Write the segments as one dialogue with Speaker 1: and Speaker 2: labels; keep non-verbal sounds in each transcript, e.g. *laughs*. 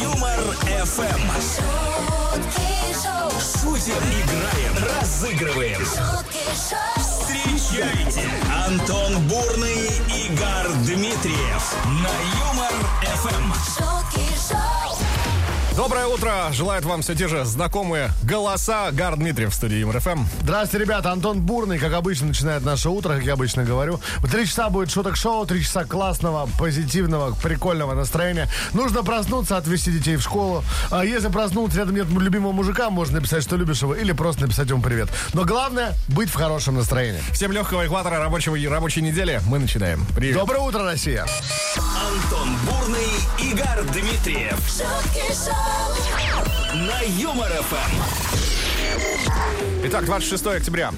Speaker 1: Юмор ФМ. Шутим, играем, разыгрываем. Встречайте Антон Бурный, Игорь Дмитриев на Юмор Эм. ФМ.
Speaker 2: Доброе утро! Желает вам все те же знакомые голоса. Гар Дмитриев в студии Юмор ФМ.
Speaker 3: Здравствуйте, ребята. Антон Бурный, как обычно, начинает наше утро, как я обычно говорю. В три часа будет шуток-шоу, три часа классного, позитивного, прикольного настроения. Нужно проснуться, отвезти детей в школу. А если проснулся, рядом нет любимого мужика, можно написать, что любишь его, или просто написать ему привет. Но главное, быть в хорошем настроении.
Speaker 2: Всем легкого экватора рабочего и рабочей недели. Мы начинаем. Привет.
Speaker 3: Доброе утро, Россия!
Speaker 1: Антон Бурный, Игорь Дмитриев на Юмор Эм. ФМ.
Speaker 2: Итак, 26 октября.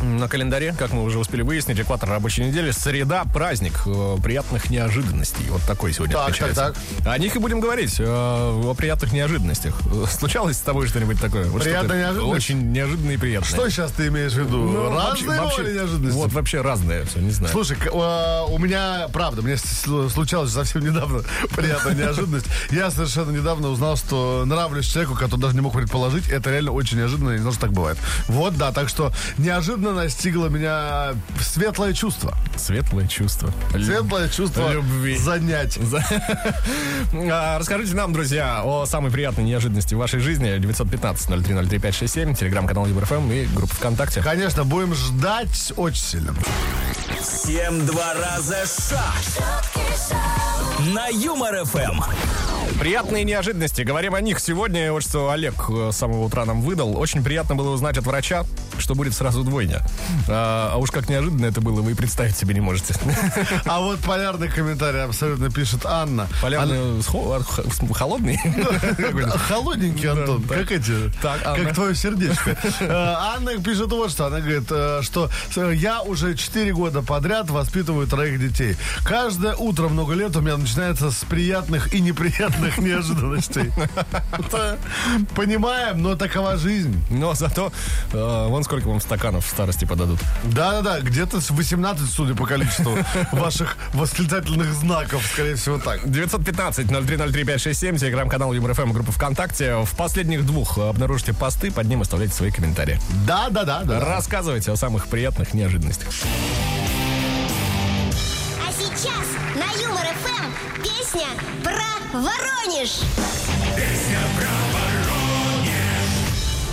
Speaker 2: На календаре, как мы уже успели выяснить, экватор рабочей недели, среда, праздник э, приятных неожиданностей. Вот такой сегодня
Speaker 3: Так,
Speaker 2: отмечается.
Speaker 3: так,
Speaker 2: О них и будем говорить, э, о приятных неожиданностях. Э, Случалось с тобой что-нибудь такое? Вот
Speaker 3: Приятная
Speaker 2: что-то
Speaker 3: неожиданность?
Speaker 2: Очень неожиданное и приятное.
Speaker 3: Что сейчас ты имеешь в виду?
Speaker 2: Ну, вообще-
Speaker 3: Разные
Speaker 2: вообще-
Speaker 3: воли неожиданности.
Speaker 2: Вот вообще разное все, не знаю.
Speaker 3: Слушай, к- э, у меня, правда, мне с- случалось совсем недавно *laughs* приятная неожиданность. Я совершенно недавно узнал, что нравлюсь человеку, который даже не мог предположить. Это реально очень неожиданно, и что так бывает. Вот, да, так что неожиданно настигло меня светлое чувство.
Speaker 2: Светлое чувство.
Speaker 3: Светлое чувство
Speaker 2: Любви.
Speaker 3: занятий.
Speaker 2: За- *laughs* А, Расскажите нам, друзья, о самой приятной неожиданности в вашей жизни. 915-0303-567, телеграм-канал ЮбРФМ и группа ВКонтакте.
Speaker 3: Конечно, будем ждать очень сильно.
Speaker 1: Всем два раза ша на Юмор Эм. ФМ.
Speaker 2: Приятные неожиданности. Говорим о них сегодня. Вот что Олег э, с самого утра нам выдал. Очень приятно было узнать от врача, что будет сразу двойня. А а уж как неожиданно это было, вы и представить себе не можете.
Speaker 3: А вот полярный комментарий абсолютно пишет Анна.
Speaker 2: Полярный схо- х- см- холодный.
Speaker 3: Да, Холодненький, Антон,
Speaker 2: Да,
Speaker 3: как
Speaker 2: так.
Speaker 3: эти,
Speaker 2: Так, Анна.
Speaker 3: как твое сердечко.
Speaker 2: *laughs*
Speaker 3: Э, Анна пишет вот что, она говорит, э, что э, я уже 4 года подряд воспитываю троих детей. Каждое утро много лет у меня начинается с приятных и неприятных *laughs* неожиданностей. Это Понимаем, но такова жизнь.
Speaker 2: Но зато э, вон сколько вам стаканов в старости подадут.
Speaker 3: Да-да-да, где-то с 18, судя по количеству
Speaker 2: *laughs*
Speaker 3: ваших восклицательных знаков, скорее всего, так.
Speaker 2: 915-0303-567, телеграм-канал ЮморФМ, группа ВКонтакте. В последних двух э, обнаружите посты, под ним оставляйте свои комментарии.
Speaker 3: Да-да-да. да.
Speaker 2: Рассказывайте о самых приятных неожиданностях.
Speaker 4: А сейчас на Юмор ФМ песня про Воронеж.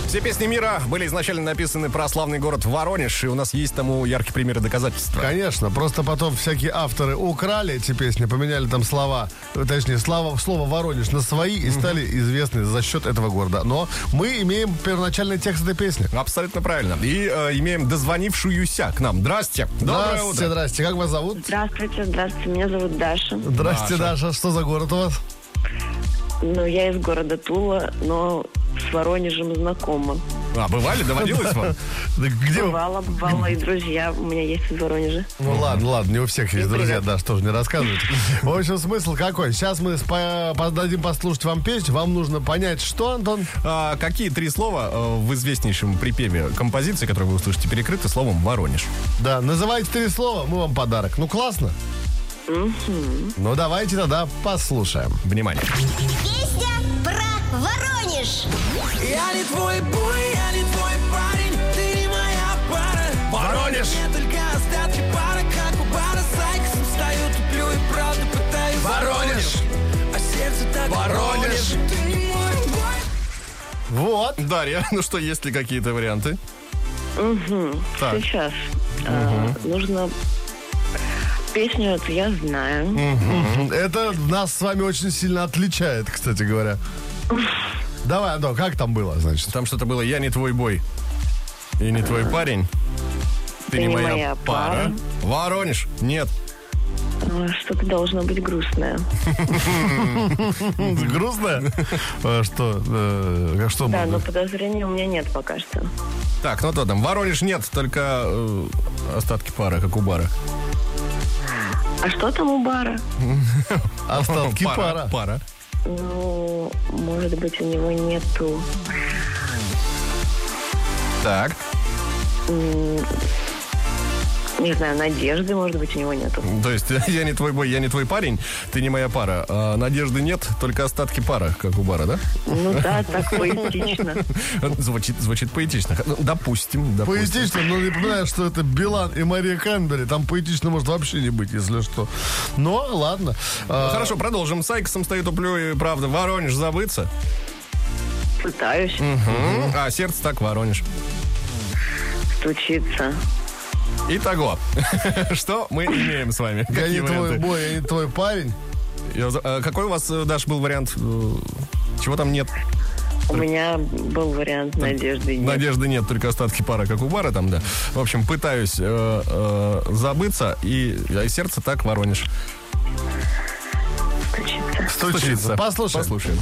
Speaker 2: Все песни мира были изначально написаны про славный город Воронеж, и у нас есть тому яркий пример и доказательства.
Speaker 3: Конечно, просто потом всякие авторы украли эти песни, поменяли там слова, э, точнее, слова, слово Воронеж на свои и стали известны за счет этого города. Но мы имеем первоначальный текст этой песни.
Speaker 2: Абсолютно правильно. И э, имеем дозвонившуюся к нам. Здрасте. Доброе
Speaker 3: здрасте,
Speaker 2: утро.
Speaker 3: здрасте. Как вас зовут?
Speaker 5: Здравствуйте, здравствуйте, меня зовут Даша.
Speaker 3: Здрасте, Даша. Что за город у вас?
Speaker 5: Ну, я из города Тула, но с Воронежем знакома.
Speaker 2: А, бывали?
Speaker 3: *laughs*
Speaker 2: Доводилось вам?
Speaker 3: Да Где вы?
Speaker 5: Бывала, бывала, и друзья у меня есть из Воронежа.
Speaker 3: Ну ладно, ладно, не у всех есть друзья, да, что же не рассказывайте. В общем, смысл какой? Сейчас мы спо- дадим послушать вам песню, вам нужно понять, что, Антон?
Speaker 2: А, Какие три слова э, в известнейшем припеве композиции, которую вы услышите, перекрыты словом «Воронеж»?
Speaker 3: Да, называйте три слова, мы вам подарок. Ну классно? Ну давайте тогда послушаем.
Speaker 2: Внимание.
Speaker 4: Песня про Воронеж.
Speaker 6: Я не твой бой, я не твой парень, ты не моя пара.
Speaker 2: Воронеж!
Speaker 6: Мне только остатки пара, как у бара, с Айкосом встаю, туплю и правда пытаюсь.
Speaker 2: Воронеж!
Speaker 6: А сердце так
Speaker 2: Воронеж!
Speaker 6: Воронеж. Ты не мой бой.
Speaker 2: Вот. Дарья, *laughs* ну что, есть ли какие-то варианты? Так.
Speaker 5: Сейчас э, нужно... Песню эту я знаю.
Speaker 3: Это нас с вами очень сильно отличает, кстати говоря. Давай, Антон, как там было, значит?
Speaker 2: Там что-то было «Я не твой бой» и «Не твой парень». Ты не моя пара. Воронеж? Нет.
Speaker 5: Э, Что-то должно быть грустное.
Speaker 2: *laughs*
Speaker 3: Грустно? Э, Что? э, а Что
Speaker 5: Да,
Speaker 3: было?
Speaker 2: ну.
Speaker 5: но подозрений у меня нет пока что.
Speaker 2: Так, ну то там. Воронеж нет, только э, остатки пара, как у бара.
Speaker 5: А что там у бара?
Speaker 3: Остатки пара.
Speaker 2: *laughs* Пара. пара.
Speaker 5: Ну, может быть, у него нету...
Speaker 2: Так.
Speaker 5: Не знаю, надежды, может быть, у него нету.
Speaker 2: То есть *laughs* я не твой бой, я не твой парень, ты не моя пара. А надежды нет, только остатки пара, как у бара, да?
Speaker 5: Ну да,
Speaker 2: *laughs*
Speaker 5: так поэтично.
Speaker 2: Звучит, звучит поэтично. Ну, Допустим, допустим.
Speaker 3: Поэтично, но не понимаю, что это Билан и Мария Кэмбери. Там поэтично может вообще не быть, если что. Но ладно. А,
Speaker 2: Хорошо, продолжим. С Айкосом стоит уплю и правда. Воронеж забыться.
Speaker 5: Пытаюсь
Speaker 2: Мгм. А сердце так Воронеж.
Speaker 5: стучиться.
Speaker 2: Итого, *laughs* что мы имеем с вами?
Speaker 3: Я
Speaker 2: Какие
Speaker 3: не твой
Speaker 2: варианты?
Speaker 3: бой, я не твой парень.
Speaker 2: Я за- а Какой у вас, э, Даш, был вариант? э, Чего там нет?
Speaker 5: У меня был вариант надежды. нет.
Speaker 2: Надежды нет, только остатки пара, как у бара там, да. В общем, пытаюсь э, э, забыться, и, э, и сердце так воронишь.
Speaker 5: Стучиться.
Speaker 3: Стучится. Послушай.
Speaker 2: Послушаем.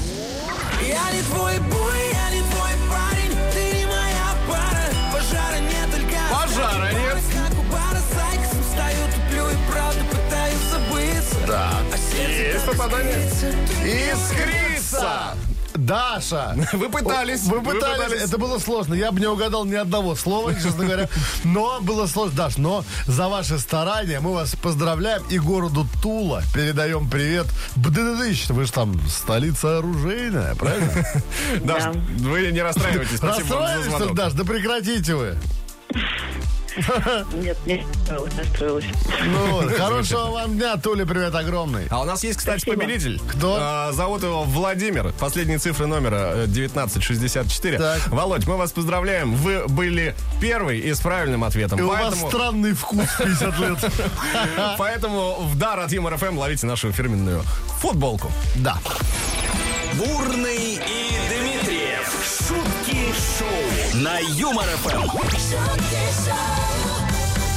Speaker 6: Я не твой бой, я не твой парень Ты не моя пара Пожара нет, только
Speaker 2: Пожара
Speaker 6: остатки
Speaker 2: нет.
Speaker 6: пара, Как у бара с Айкосом стою, туплю и правда пытаюсь забыться Да, а сердце
Speaker 2: Есть
Speaker 6: как
Speaker 2: попадание.
Speaker 6: искрится.
Speaker 2: Искрица!
Speaker 3: Даша!
Speaker 2: Вы пытались.
Speaker 3: Вы пытались. Это было сложно. Я бы не угадал ни одного слова, честно говоря. Но было сложно. Даш, но за ваши старания мы вас поздравляем и городу Тула передаем привет. Бддыдыщ, вы же там столица оружейная,
Speaker 2: *laughs*
Speaker 3: правильно?
Speaker 2: Даш, вы не расстраивайтесь. Спасибо вам за
Speaker 3: Расстроились, что ли,
Speaker 2: звонок.
Speaker 3: Даш? Да прекратите вы.
Speaker 5: Нет, не расстроилась, расстроилась.
Speaker 2: *laughs*
Speaker 3: Ну, хорошего вам дня, Туля, привет огромный.
Speaker 2: А у нас есть, кстати, победитель.
Speaker 3: Кто?
Speaker 2: А, зовут его Владимир. Последние цифры номера э, 1964.
Speaker 3: Так.
Speaker 2: Володь, мы вас поздравляем. Вы были первый и с правильным ответом.
Speaker 3: И у вас
Speaker 2: поэтому,
Speaker 3: странный вкус в 50 лет.
Speaker 2: *laughs* поэтому в дар от Юмор ФМ ловите нашу фирменную футболку.
Speaker 3: Да.
Speaker 1: Бурный и Дмитриев. Шутки шоу на Юмор ФМ.
Speaker 4: шутки шоу,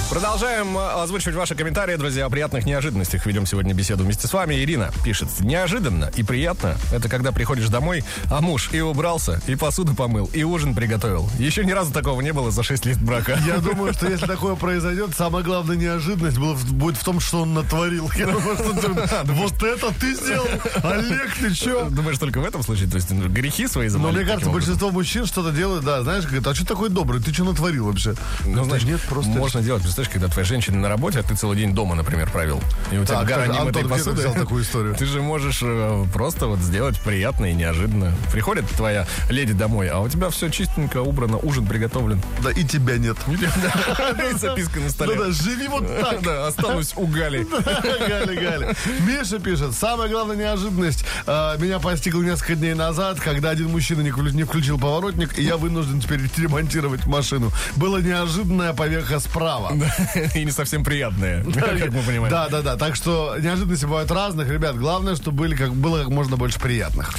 Speaker 2: Продолжаем э, озвучивать ваши комментарии, друзья, о приятных неожиданностях. Ведем сегодня беседу вместе с вами. Ирина пишет, неожиданно и приятно – это когда приходишь домой, а муж и убрался, и посуду помыл, и ужин приготовил. Еще ни разу такого не было за 6 лет брака.
Speaker 3: Я думаю, что если такое произойдет, самая главная неожиданность была в- будет в том, что он натворил. *laughs* Я думаю, что
Speaker 2: *laughs*
Speaker 3: ты- вот это ты сделал, Олег, ты чё?
Speaker 2: Думаешь, только в этом случае? То есть ну, грехи свои
Speaker 3: Но
Speaker 2: замолить?
Speaker 3: мне кажется,
Speaker 2: таким образом?
Speaker 3: большинство мужчин что-то делают, да, знаешь, говорят, а что такой добрый, ты что натворил вообще?
Speaker 2: Ну,
Speaker 3: Ну,
Speaker 2: знаешь,
Speaker 3: нет, просто...
Speaker 2: можно делать, представляешь, когда твоя женщина на работе, а ты целый день дома, например, провел. И у тебя
Speaker 3: Так,
Speaker 2: гора
Speaker 3: тоже, Антон, где
Speaker 2: немытой
Speaker 3: ты
Speaker 2: посуды.
Speaker 3: взял такую историю?
Speaker 2: Ты же можешь э, просто вот сделать приятно и неожиданно. Приходит твоя леди домой, а у тебя все чистенько убрано, ужин приготовлен.
Speaker 3: Да и тебя
Speaker 2: *laughs*
Speaker 3: нет. *laughs*
Speaker 2: И записка на столе.
Speaker 3: Да-да, живи вот так.
Speaker 2: *laughs*
Speaker 3: *laughs*
Speaker 2: Да, останусь у Гали.
Speaker 3: Гали, Гали. Миша пишет, самая главная неожиданность э, меня постигла несколько дней назад, когда один мужчина не, вклю- не включил поворотник, и я вынужден теперь ремонтировать машину. Была неожиданная повеха справа.
Speaker 2: *laughs* И не совсем приятное, *laughs* как мы понимаем.
Speaker 3: Да, да, да. Так что неожиданности бывают разных, ребят. Главное, чтобы были как, было как можно больше приятных.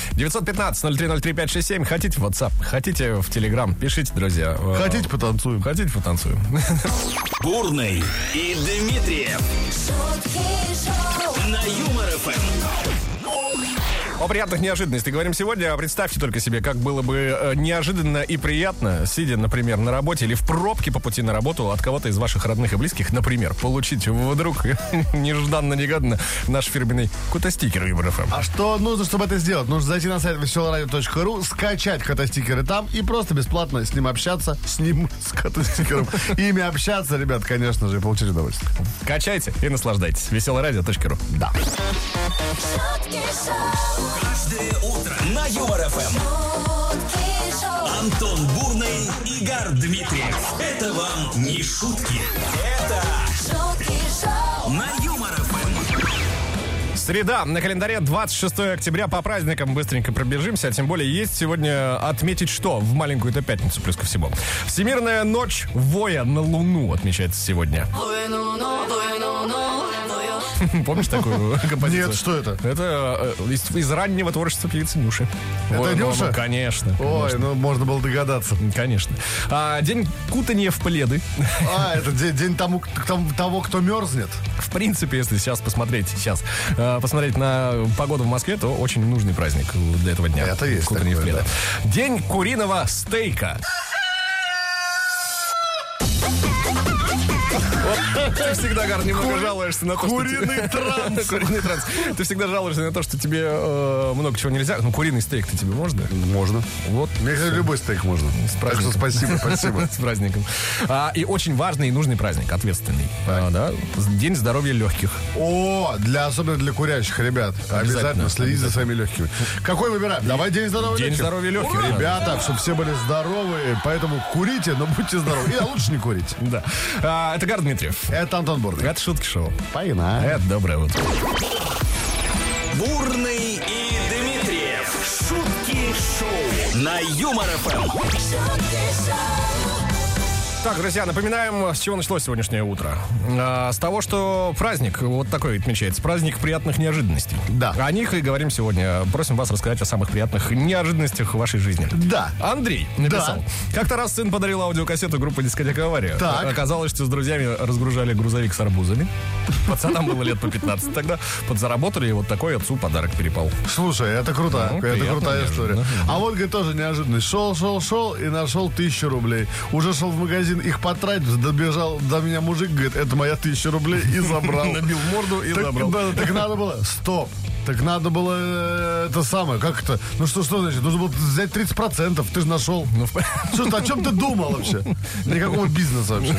Speaker 2: 915-0303-567. Хотите в WhatsApp, хотите в Telegram, пишите, друзья. Э,
Speaker 3: Хотите, потанцуем?
Speaker 2: Хотите, потанцуем.
Speaker 1: Бурный и Дмитриев
Speaker 4: шутки шоу.
Speaker 1: на Юмор ФМ.
Speaker 2: О приятных неожиданностях говорим сегодня. А Представьте только себе, как было бы э, неожиданно и приятно, сидя, например, на работе или в пробке по пути на работу от кого-то из ваших родных и близких, например, получить вдруг *laughs* нежданно-негаданно наш фирменный кутостикер Юмор ФМ.
Speaker 3: А что нужно, чтобы это сделать? Нужно зайти на сайт веселорадио.ру, скачать кота-стикеры там и просто бесплатно с ним общаться, с ним, с кота-стикером.
Speaker 2: *laughs*
Speaker 3: Ими общаться, ребят, конечно же, и получить удовольствие.
Speaker 2: Качайте и наслаждайтесь. Веселорадио.ру. Да.
Speaker 4: Шутки шоу,
Speaker 1: Каждое утро на Юмор ФМ.
Speaker 4: шутки шоу,
Speaker 1: Антон Бурный, Игорь Дмитриев. Это вам не шутки. Это
Speaker 4: шутки шоу,
Speaker 1: на Юмор ФМ.
Speaker 2: Среда. На календаре 26 октября. По праздникам быстренько пробежимся. А тем более есть сегодня отметить что? В маленькую-то пятницу, плюс ко всему. Всемирная ночь воя на Луну отмечается сегодня. *laughs* Помнишь такую *laughs* композицию?
Speaker 3: Нет, что это?
Speaker 2: Это э, из, из раннего творчества певицы Нюши.
Speaker 3: Это
Speaker 2: Ой,
Speaker 3: Нюша?
Speaker 2: мама, Конечно.
Speaker 3: Ой, ну можно было догадаться.
Speaker 2: Конечно. А, день кутания в пледы.
Speaker 3: А, это день, день тому, к- там- того, кто мерзнет.
Speaker 2: В принципе, если сейчас посмотреть, сейчас э, посмотреть на погоду в Москве, то очень нужный праздник для этого дня.
Speaker 3: Это есть
Speaker 2: Кутанье в
Speaker 3: такое,
Speaker 2: пледы. День куриного стейка. Вот ты всегда, Гар, немного
Speaker 3: Кури-
Speaker 2: жалуешься на то,
Speaker 3: куриный
Speaker 2: что... транс. *laughs* Куриный транс. Ты всегда жалуешься на то, что тебе э, много чего нельзя. Ну, куриный стейк-то тебе можно?
Speaker 3: Можно.
Speaker 2: Вот.
Speaker 3: Мне кажется, любой стейк можно. Так что спасибо,
Speaker 2: праздником.
Speaker 3: *laughs* спасибо.
Speaker 2: *laughs* С праздником. А, и очень важный и нужный праздник, ответственный. А, да? День здоровья легких.
Speaker 3: О, для, особенно для курящих, ребят. Обязательно
Speaker 2: Обязательно,
Speaker 3: следите за своими легкими. Какой выбираем? Давай день здоровья
Speaker 2: День
Speaker 3: легких.
Speaker 2: здоровья легких,
Speaker 3: Ура!
Speaker 2: ребят.
Speaker 3: Ребята, чтобы все были здоровы, поэтому курите, но будьте *laughs* здоровы. И лучше не курить.
Speaker 2: Да. А, это Гар Дмитриев.
Speaker 3: Это Антон Бурный.
Speaker 2: Это шутки шоу. А
Speaker 3: Пойна.
Speaker 2: Это доброе утро.
Speaker 1: Бурный и Дмитриев. Шутки шоу на Юмор ФМ.
Speaker 2: Так, друзья, напоминаем, с чего началось сегодняшнее утро. А, с того, что праздник, вот такой отмечается, праздник приятных неожиданностей.
Speaker 3: Да.
Speaker 2: О них и говорим сегодня. Просим вас рассказать о самых приятных неожиданностях в вашей жизни.
Speaker 3: Да.
Speaker 2: Андрей написал. Как-то раз сын подарил аудиокассету группы «Дискотека Авария».
Speaker 3: Так.
Speaker 2: Оказалось, что с друзьями разгружали грузовик с арбузами. Пацанам было лет по 15 тогда. Подзаработали, и вот такой отцу подарок перепал.
Speaker 3: Слушай, это круто.
Speaker 2: Ну,
Speaker 3: это
Speaker 2: приятно,
Speaker 3: крутая история.
Speaker 2: неожиданно.
Speaker 3: А вот, говорит, тоже неожиданность. Шел, шел, шел и нашел тысячу рублей. Уже шел в магазин, их потратил, добежал до меня мужик, говорит, это моя тысяча рублей и забрал.
Speaker 2: *laughs* Набил морду и
Speaker 3: так,
Speaker 2: забрал.
Speaker 3: да, так надо было. Стоп. Так надо было э, это самое, как это? Ну что, что значит? Нужно было взять 30%, ты же нашел.
Speaker 2: Ну, в-
Speaker 3: Что ты, о чем ты думал вообще? Никакого бизнеса
Speaker 2: *laughs*
Speaker 3: вообще.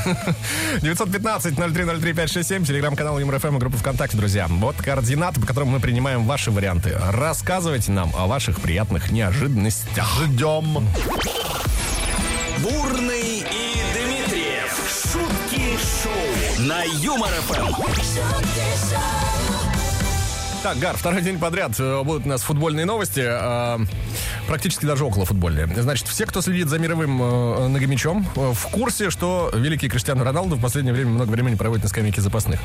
Speaker 2: 915-0303-567, телеграм-канал МРФМ и группа ВКонтакте, друзья. Вот координаты, по которым мы принимаем ваши варианты. Рассказывайте нам о ваших приятных неожиданностях.
Speaker 3: Ждем.
Speaker 1: Бурный и Дмитриев. Шутки шоу на Юмор ФМ.
Speaker 2: Так, Гар, второй день подряд э, будут у нас футбольные новости, э, практически даже около футбольные. Значит, все, кто следит за мировым э, ногомячом, э, в курсе, что великий Криштиану Роналду в последнее время много времени проводит на скамейке запасных.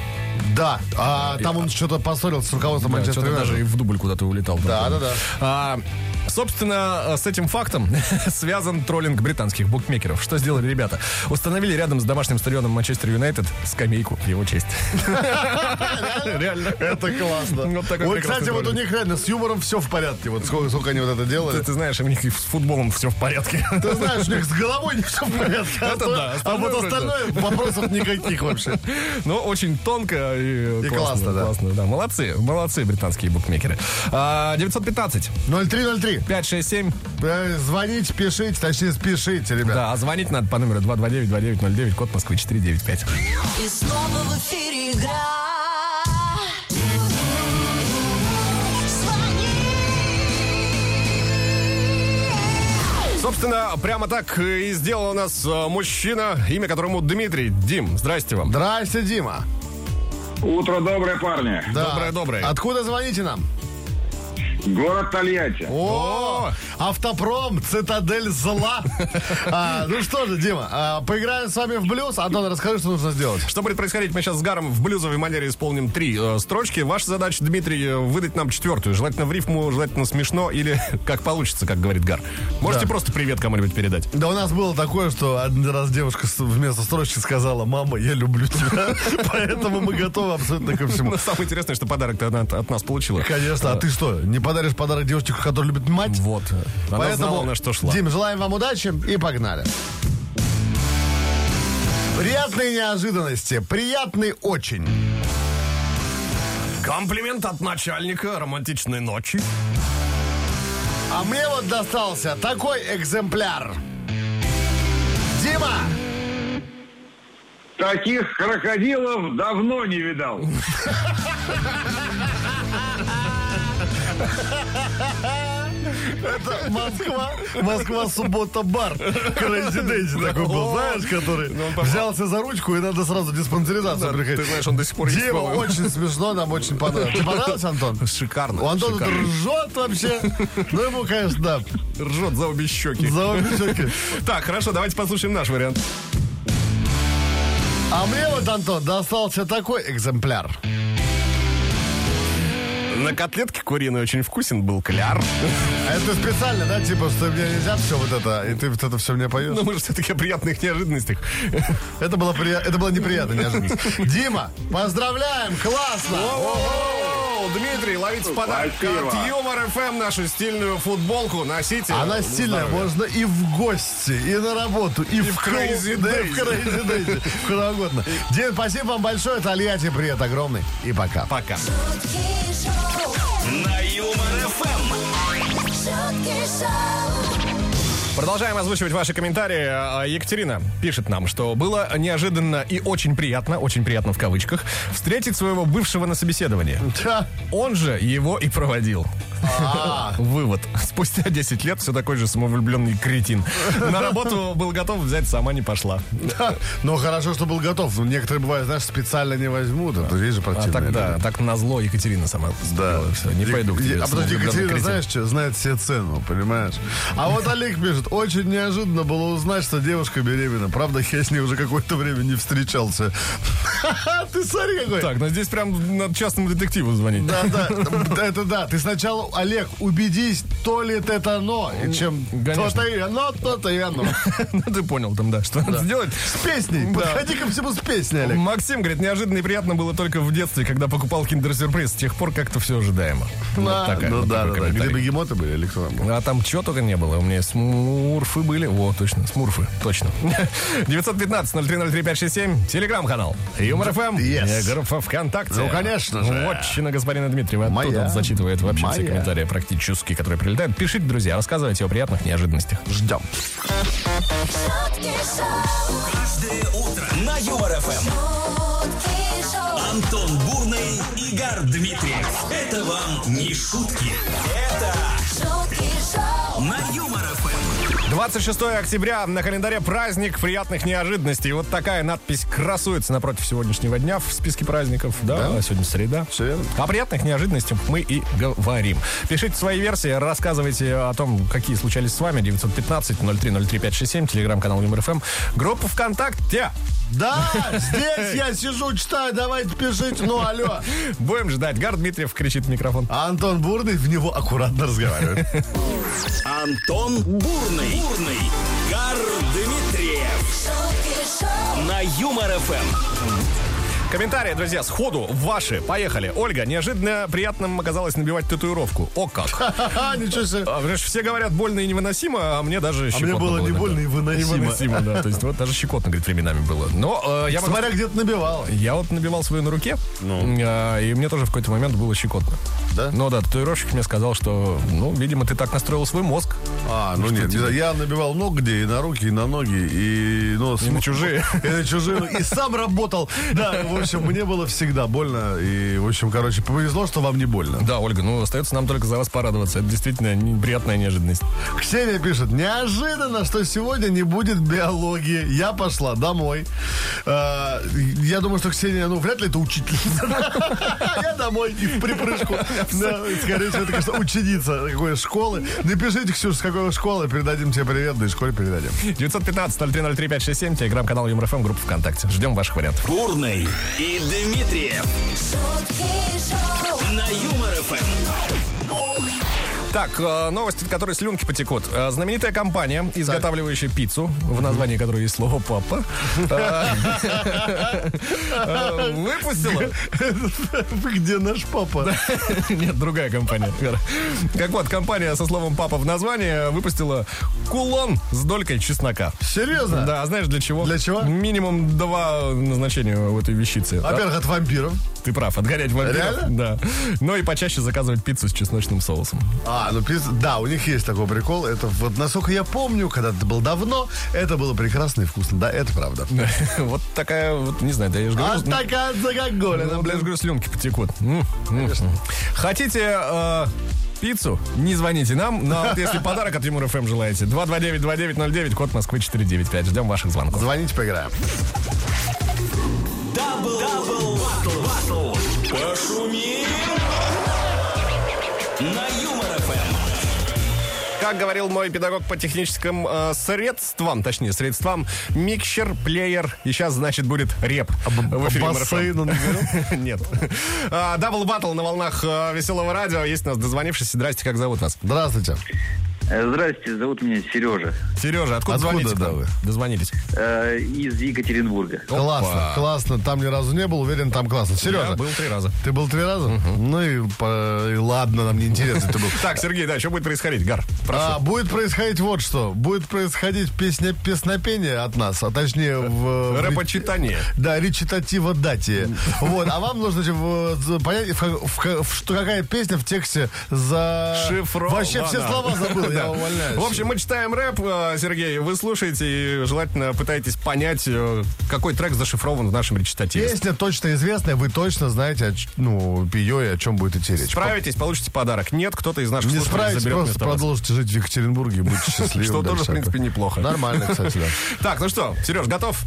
Speaker 3: Да, а там он что-то поссорился с руководством
Speaker 2: Да,
Speaker 3: Манчестер
Speaker 2: что-то даже и в дубль куда-то улетал.
Speaker 3: Да,
Speaker 2: Там.
Speaker 3: да, да.
Speaker 2: А, Собственно, э, с этим фактом *laughs* связан троллинг британских букмекеров. Что сделали ребята? Установили рядом с домашним стадионом Манчестер Юнайтед скамейку в его честь. *laughs* Реально.
Speaker 3: Это классно.
Speaker 2: Вот такой
Speaker 3: Ой,
Speaker 2: прекрасный
Speaker 3: кстати, вот у
Speaker 2: ролик.
Speaker 3: них реально с юмором все в порядке. Вот сколько, сколько они вот это
Speaker 2: Ты,
Speaker 3: делали.
Speaker 2: ты знаешь, у них и с футболом все в порядке. *laughs*
Speaker 3: Ты знаешь, у них с головой не все в порядке. а
Speaker 2: Это
Speaker 3: то-
Speaker 2: да,
Speaker 3: А
Speaker 2: остальное
Speaker 3: вот
Speaker 2: вроде
Speaker 3: остальное вопросов никаких вообще.
Speaker 2: Но очень тонко и,
Speaker 3: И классно, да.
Speaker 2: да. Молодцы, молодцы британские букмекеры. А, 915
Speaker 3: 0303.
Speaker 2: 567.
Speaker 3: Э, Звоните, пишите, точнее, спешите, ребят.
Speaker 2: Да, а звонить надо по номеру 229-2909, код Москвы 495.
Speaker 7: И снова в эфире игра.
Speaker 2: Собственно, прямо так и сделал у нас э, мужчина, имя которому Дмитрий. Дим, здрасте вам.
Speaker 3: Здрасте, Дима.
Speaker 8: Утро доброе, парни.
Speaker 3: Да. А
Speaker 2: Доброе, доброе.
Speaker 3: Откуда звоните нам?
Speaker 8: Город Тольятти.
Speaker 3: О, автопром, цитадель зла.
Speaker 2: *laughs*
Speaker 3: А, ну что же, Дима, а, поиграем с вами в блюз. Антон, расскажи, что нужно сделать.
Speaker 2: Что будет происходить? Мы сейчас с Гаром в блюзовой манере исполним три э, строчки. Ваша задача, Дмитрий, э, выдать нам четвертую. Желательно в рифму, желательно смешно или *laughs* как получится, как говорит Гар. Можете
Speaker 3: Да.
Speaker 2: просто привет кому-нибудь передать.
Speaker 3: Да у нас было такое, что один раз девушка с- вместо строчки сказала, мама, я люблю тебя, *laughs* поэтому мы готовы абсолютно ко
Speaker 2: *laughs*
Speaker 3: всему.
Speaker 2: Но Ну, самое интересное, что подарок-то она от, от нас получила. Э,
Speaker 3: Конечно, а ты что, не подаришь подарок девушке, которая любит мать?
Speaker 2: Вот. Она знала, на что шла.
Speaker 3: Дим, желаем вам удачи и погнали. Приятные неожиданности, приятный очень.
Speaker 2: Комплимент от начальника романтичной ночи.
Speaker 3: А мне вот достался такой экземпляр. Дима!
Speaker 8: Таких крокодилов давно не видал.
Speaker 3: Это Москва. Москва суббота бар. Крэзи Дейзи такой был, знаешь, который
Speaker 2: Ну,
Speaker 3: взялся за ручку и надо сразу диспансеризацию приходить.
Speaker 2: ты знаешь, он до сих пор есть,
Speaker 3: Дима,
Speaker 2: по-моему.
Speaker 3: очень смешно, нам очень понравилось. Тебе понравилось, Антон?
Speaker 2: Шикарно.
Speaker 3: У Антона тут
Speaker 2: шикарно.
Speaker 3: ржет вообще. Ну, ему, конечно, да.
Speaker 2: ржет за обе щеки.
Speaker 3: За
Speaker 2: *laughs*
Speaker 3: обе щеки.
Speaker 2: Так, хорошо, давайте послушаем наш вариант.
Speaker 3: А мне вот, Антон, достался такой экземпляр.
Speaker 2: На котлетке куриной очень вкусен был *laughs* кляр.
Speaker 3: Это специально, да, типа, что мне нельзя все вот это, и ты вот это все мне поешь?
Speaker 2: Но мы же все-таки о приятных неожиданностях.
Speaker 3: Это было, прия- это было неприятно, неожиданно. Дима, поздравляем, классно!
Speaker 2: шоу. Дмитрий, ловите в подарок
Speaker 8: Спасибо.
Speaker 2: от Юмор ФМ нашу стильную футболку. Носите.
Speaker 3: Она сильная,
Speaker 2: Здоровья.
Speaker 3: можно и в гости, и на работу, и, в
Speaker 2: в
Speaker 3: клуб,
Speaker 2: Crazy
Speaker 3: да, и
Speaker 2: Days.
Speaker 3: в Crazy Days, куда угодно. Дин, спасибо вам большое, Тольятти, привет огромный и пока.
Speaker 2: Пока.
Speaker 7: Шутки шоу.
Speaker 1: На Юмор ФМ.
Speaker 7: Шутки шоу.
Speaker 2: Продолжаем озвучивать ваши комментарии. А, Екатерина пишет нам, что было неожиданно и очень приятно, очень приятно в кавычках, встретить своего бывшего на собеседовании.
Speaker 3: Да.
Speaker 2: Он же его и проводил.
Speaker 3: А.
Speaker 2: Вывод. *laughs* Спустя 10 лет все такой же самовлюбленный кретин. На работу был готов взять, сама не пошла.
Speaker 3: Да. Но хорошо, что был готов. Ну, Некоторые бывают, знаешь, специально не возьмут. Это видишь, же
Speaker 2: А
Speaker 3: противные
Speaker 2: так да,
Speaker 3: люди.
Speaker 2: так назло Екатерина сама. сделала всё. Не
Speaker 3: Е-
Speaker 2: пойду к тебе.
Speaker 3: е- А потому что
Speaker 2: самовлюблённый
Speaker 3: Екатерина,
Speaker 2: кретин.
Speaker 3: знаешь что, знает все цену, понимаешь? А вот Олег пишет, очень неожиданно было узнать, что девушка беременна. Правда, я с ней уже какое-то время не встречался. *laughs* Ты смотри какой.
Speaker 2: Так, ну здесь прям надо частному детективу звонить.
Speaker 3: э, Да, да, да, это да. Ты сначала, Олег, убедись, то ли это это оно, и чем
Speaker 2: Конечно.
Speaker 3: то-то и оно, то-то и оно.
Speaker 2: *laughs* Ну ты понял там, да, что надо сделать.
Speaker 3: С песней.
Speaker 2: Да.
Speaker 3: Подходи ко всему с песней, Олег.
Speaker 2: Максим говорит, неожиданно и приятно было только в детстве, когда покупал киндер-сюрприз. С тех пор как-то все ожидаемо. Вот
Speaker 3: Да,
Speaker 2: такая-
Speaker 3: ну
Speaker 2: вот
Speaker 3: да,
Speaker 2: такой
Speaker 3: да, да. Где
Speaker 2: комментарий.
Speaker 3: бегемоты были, Александр?
Speaker 2: А там чего только не было. У меня и смурфы были. Во, точно, смурфы, точно. *laughs* 915-0303-567, телеграм-канал. Юмор ФМ.
Speaker 3: Yes.
Speaker 2: и Группа ВКонтакте.
Speaker 3: Ну, конечно же.
Speaker 2: Вотчина господина Дмитриева. Оттуда
Speaker 3: Моя.
Speaker 2: он зачитывает вообще все
Speaker 3: Моя.
Speaker 2: комментарии практически, которые прилетают. Пишите, друзья, рассказывайте о приятных неожиданностях.
Speaker 3: Ждем.
Speaker 7: Шутки шоу.
Speaker 1: Каждое утро на Юмор ФМ.
Speaker 7: Шутки шоу.
Speaker 1: Антон Бурный, Игорь Дмитриев. Это вам не шутки. Это
Speaker 7: Шутки шоу.
Speaker 1: на Юмор ФМ.
Speaker 2: 26 октября на календаре праздник приятных неожиданностей. Вот такая надпись красуется напротив сегодняшнего дня в списке праздников. Да,
Speaker 3: Да?
Speaker 2: сегодня среда.
Speaker 3: Все верно.
Speaker 2: О приятных неожиданностях мы и говорим. Пишите свои версии, рассказывайте о том, какие случались с вами. 915-0303-567, телеграм-канал ЮморФМ, группа ВКонтакте. *laughs*
Speaker 3: Да, здесь я сижу, читаю, давайте пишите, ну алло.
Speaker 2: Будем ждать. Гар Дмитриев кричит в микрофон.
Speaker 3: А Антон Бурный в него аккуратно разговаривает.
Speaker 2: *laughs*
Speaker 1: Антон Бурный. Бурный. Гар Дмитриев.
Speaker 7: Шутки шоу.
Speaker 1: На Юмор ФМ.
Speaker 2: Комментарии, друзья, сходу ваши. Поехали. Ольга, неожиданно приятным оказалось набивать татуировку. О как.
Speaker 3: Ха-ха, Ничего себе.
Speaker 2: А, Потому что все говорят, больно и невыносимо, а мне
Speaker 3: А
Speaker 2: даже
Speaker 3: мне
Speaker 2: щекотно
Speaker 3: было не
Speaker 2: иногда.
Speaker 3: больно и выносимо.
Speaker 2: Невыносимо, да. То есть вот даже щекотно, говорит, временами было. Но э, я могу
Speaker 3: Смотря где ты набивал.
Speaker 2: Я вот набивал свою на руке, а, и мне тоже в какой-то момент было щекотно.
Speaker 3: Да?
Speaker 2: Ну да, татуировщик мне сказал, что, ну, видимо, ты так настроил свой мозг.
Speaker 3: А, ну нет, не знаю, я набивал много где, и на руки, и на ноги, и... Ну,
Speaker 2: на чужие.
Speaker 3: И на чужие, и сам работал. Да, в общем, мне было всегда больно, и, в общем, короче, повезло, что вам не больно.
Speaker 2: Да, Ольга, ну, остается нам только за вас порадоваться. Это действительно не- приятная неожиданность.
Speaker 3: Ксения пишет, неожиданно, что сегодня не будет биологии. Я пошла домой. Э, Я думаю, что Ксения, ну, вряд ли это учительница. *laughs* Я домой и в припрыжку. Да, Скорее всего, это, конечно, ученица какой школы. Напишите, Ксюш, с какой вы школы, передадим тебе привет, да и школе передадим.
Speaker 2: 915-0303-567, телеграм-канал ЮморФМ, группа ВКонтакте. Ждем ваших вариантов.
Speaker 1: Бурный и Дмитриев.
Speaker 7: Шутки шоу.
Speaker 1: На Юмор ФМ.
Speaker 2: Так, э, новости, от которой слюнки потекут. Э, Знаменитая компания, изготавливающая пиццу, в названии которой есть слово *laughs* «папа», э, *laughs* э, выпустила...
Speaker 3: Где наш папа?
Speaker 2: *laughs* Нет, другая компания. Вера. Так вот, компания со словом «папа» в названии выпустила кулон с долькой чеснока.
Speaker 3: Серьезно?
Speaker 2: Да, а знаешь для чего?
Speaker 3: Для чего?
Speaker 2: Минимум два назначения у этой вещицы.
Speaker 3: Во-первых, от вампиров.
Speaker 2: А, Ты прав, отгонять вампиров.
Speaker 3: Реально?
Speaker 2: Да. Ну и почаще заказывать пиццу с чесночным соусом. *laughs*
Speaker 3: А, ну пиз- да, у них есть такой прикол. Это вот, насколько я помню, когда это было давно, это было прекрасно и вкусно. Да, это правда.
Speaker 2: Вот такая, вот не знаю, да я же говорю...
Speaker 3: А
Speaker 2: ну,
Speaker 3: такая
Speaker 2: ну,
Speaker 3: загогулина,
Speaker 2: бля, я
Speaker 3: блин.
Speaker 2: же говорю, слюнки потекут. М, м, м. Хотите э, пиццу? Не звоните нам, но вот если подарок от Юмор ФМ желаете, 229-2909, код Москвы 495. Ждем ваших звонков.
Speaker 3: Звоните, поиграем.
Speaker 1: Дабл, дабл, батл, батл. Пошумим. На Юмор ФМ.
Speaker 2: Как говорил мой педагог по техническим э, средствам, точнее, средствам, микшер, плеер, и сейчас, значит, будет реп.
Speaker 3: А
Speaker 2: в эфире
Speaker 3: бассейн он
Speaker 2: «Марафон». *laughs* Нет. А, Дабл баттл на волнах э, веселого радио. Есть у нас дозвонившийся. Здрасте, как зовут вас?
Speaker 3: Здравствуйте.
Speaker 9: Э, Здрасте, зовут меня Сережа.
Speaker 2: Сережа, откуда,
Speaker 3: Откуда,
Speaker 2: звоните? к
Speaker 3: да,
Speaker 2: нам?
Speaker 3: вы?
Speaker 2: Дозвонились.
Speaker 9: Э, Из Екатеринбурга.
Speaker 3: Классно, классно. Там ни разу не был, уверен, там классно. Сережа,
Speaker 2: Я был три раза.
Speaker 3: ты был три раза? Ну и, по- и ладно, нам не интересно, ты был.
Speaker 2: Так, Сергей, да, что будет происходить? Гар, прошу.
Speaker 3: А, будет происходить вот что. Будет происходить песня песнопение от нас, а точнее в... в
Speaker 2: Рэпочитание.
Speaker 3: Да, речитатива
Speaker 2: *laughs*
Speaker 3: дати. Вот, а вам нужно э, понять, в ка- в ка- в что какая песня в тексте за...
Speaker 2: Шифро.
Speaker 3: Вообще все
Speaker 2: Ладно.
Speaker 3: слова забыл, я
Speaker 2: *laughs* Да.
Speaker 3: увольняюсь.
Speaker 2: В общем, мы читаем рэп, э, Сергей, вы слушаете и желательно пытаетесь понять, э, какой трек зашифрован в нашем речитативе.
Speaker 3: Песня точно известная, вы точно знаете, о ч- ну, ее и о чем будет идти речь.
Speaker 2: Справитесь, получите подарок. Нет, кто-то из наших
Speaker 3: Не
Speaker 2: слушателей
Speaker 3: справитесь,
Speaker 2: заберет
Speaker 3: просто
Speaker 2: вместо вас.
Speaker 3: продолжите жить в Екатеринбурге и
Speaker 2: *laughs*
Speaker 3: будьте счастливы.
Speaker 2: Что тоже,
Speaker 3: дальше.
Speaker 2: в принципе, неплохо.
Speaker 3: Нормально, кстати, да.
Speaker 2: Так, ну что, Сереж, готов?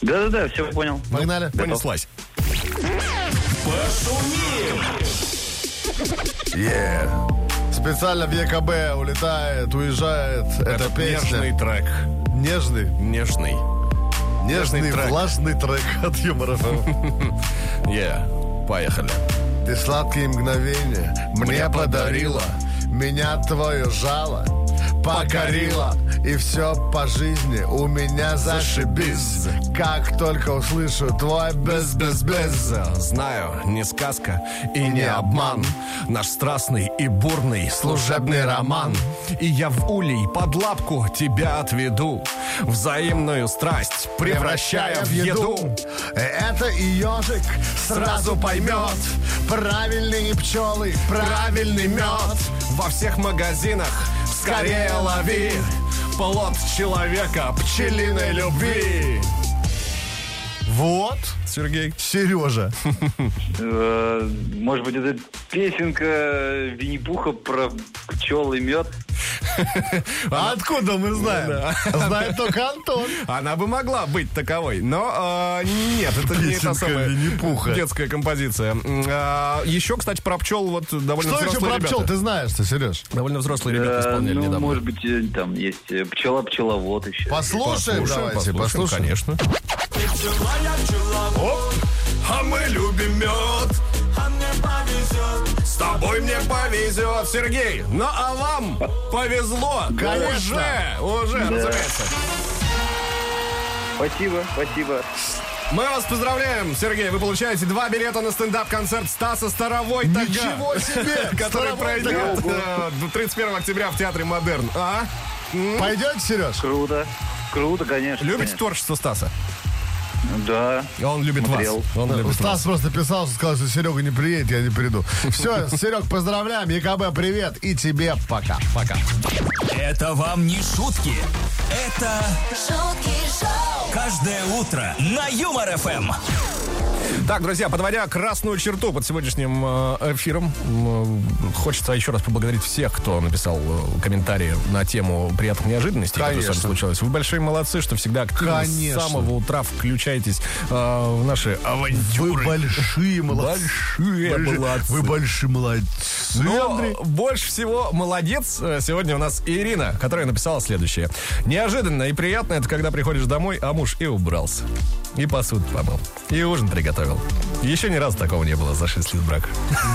Speaker 9: Да-да-да, все понял.
Speaker 2: Ну,
Speaker 3: Погнали.
Speaker 2: Понеслась.
Speaker 3: Специально в ЕКБ улетает, уезжает. Это
Speaker 2: нежный
Speaker 3: песня.
Speaker 2: трек.
Speaker 3: Нежный,
Speaker 2: Нежный.
Speaker 3: нежный,
Speaker 2: трек.
Speaker 3: влажный трек от Юмор ФМ.
Speaker 2: Yeah. Поехали.
Speaker 3: Ты сладкие мгновения мне подарила, меня твое жало покорило, и все по жизни у меня зашибись. Как только услышу твой без без без
Speaker 2: Знаю, не сказка и не обман Наш страстный и бурный служебный роман И я в улей под лапку тебя отведу Взаимную страсть превращая в еду
Speaker 3: Это и ежик сразу поймет Правильные пчелы,
Speaker 2: Правильный мед во всех магазинах Скорее лови Плод человека пчелиной любви
Speaker 3: Вот,
Speaker 2: Сергей
Speaker 3: *laughs* Сережа
Speaker 9: Э, Может быть, это песенка Винни-Пуха про пчел и мед?
Speaker 3: А Откуда мы знаем? Знает только Антон
Speaker 2: Она бы могла быть таковой, но э, нет, это не
Speaker 3: Песенка
Speaker 2: та самая
Speaker 3: Винни-Пуха.
Speaker 2: детская композиция. М, а, еще, кстати, про пчел вот довольно
Speaker 3: Что еще
Speaker 2: взрослые
Speaker 3: про
Speaker 2: ребята.
Speaker 3: пчел ты знаешь-то, Сереж?
Speaker 2: Довольно взрослые ребята
Speaker 9: Э,
Speaker 2: исполняли
Speaker 9: Ну,
Speaker 2: недавно.
Speaker 9: может быть, э, там есть э, пчела-пчеловод еще.
Speaker 3: Послушаем, давайте,
Speaker 2: послушаем,
Speaker 3: послушаем.
Speaker 2: конечно. а мы любим мед. А мне повезет. С тобой мне повезет, Сергей. Ну а вам повезло.
Speaker 3: Конечно.
Speaker 2: Уже, уже, разумеется.
Speaker 9: Спасибо, спасибо.
Speaker 2: Мы вас поздравляем, Сергей. Вы получаете два билета на стендап-концерт Стаса Старовойтага.
Speaker 3: Ничего себе!
Speaker 2: *laughs* Который
Speaker 3: Старовойтага!
Speaker 2: пройдет э, 31 октября в Театре Модерн. А?
Speaker 3: Пойдете, Сереж?
Speaker 9: Круто. Круто, конечно.
Speaker 3: Э.
Speaker 2: Любите
Speaker 9: конечно.
Speaker 2: творчество Стаса?
Speaker 9: Да.
Speaker 2: Он любит
Speaker 9: Смотрел.
Speaker 2: вас. Он любит вас.
Speaker 3: Стас просто писал, что сказал, что Серега не приедет, я не приду. Все, Серег, поздравляем, ЕКБ, привет, и тебе пока. Пока.
Speaker 1: Это вам не шутки. Это
Speaker 7: шутки шоу,
Speaker 1: каждое утро на Юмор Эм. ФМ.
Speaker 2: Так, друзья, подводя красную черту под сегодняшним э, эфиром, м, э, хочется еще раз поблагодарить всех, кто написал э, комментарии на тему приятных неожиданностей, которые с
Speaker 3: Конечно.
Speaker 2: вами случилось. Вы большие молодцы, что всегда активно
Speaker 3: Конечно.
Speaker 2: с самого утра включаетесь э, в наши
Speaker 3: Вы
Speaker 2: авантюры.
Speaker 3: большие молодцы.
Speaker 2: Большие молодцы.
Speaker 3: Вы большие молодцы,
Speaker 2: Но
Speaker 3: Андрей.
Speaker 2: больше всего молодец э, сегодня у нас Ирина, которая написала следующее. Неожиданно и приятно это, когда приходишь домой, а муж и убрался. И посуду помыл. И ужин приготовил. Еще ни разу такого не было за 6 лет брака.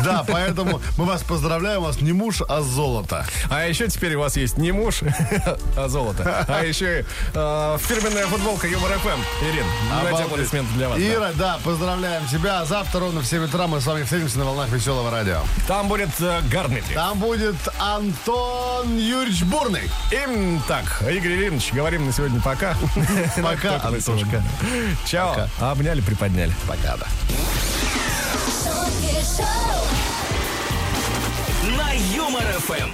Speaker 3: Да, поэтому мы вас поздравляем, у вас не муж, а золото.
Speaker 2: А еще теперь у вас есть не муж, *laughs* а золото. А еще и, э, фирменная футболка Юмор ФМ. Ирин, давайте
Speaker 3: Обалдеть.
Speaker 2: Ну, аплодисменты для вас. да.
Speaker 3: Ира, да, поздравляем тебя. А Завтра ровно в 7 утра мы с вами встретимся на волнах веселого радио.
Speaker 2: Там будет э, гарный трек.
Speaker 3: Там будет Антон Юрьевич Бурный.
Speaker 2: Им так, Игорь Ильич, говорим на сегодня пока. *laughs*
Speaker 3: Пока,
Speaker 2: Только высушка. Чао. Обняли, приподняли. Пока, да.
Speaker 7: шутки шоу.
Speaker 1: На Юмор Эм. ФМ.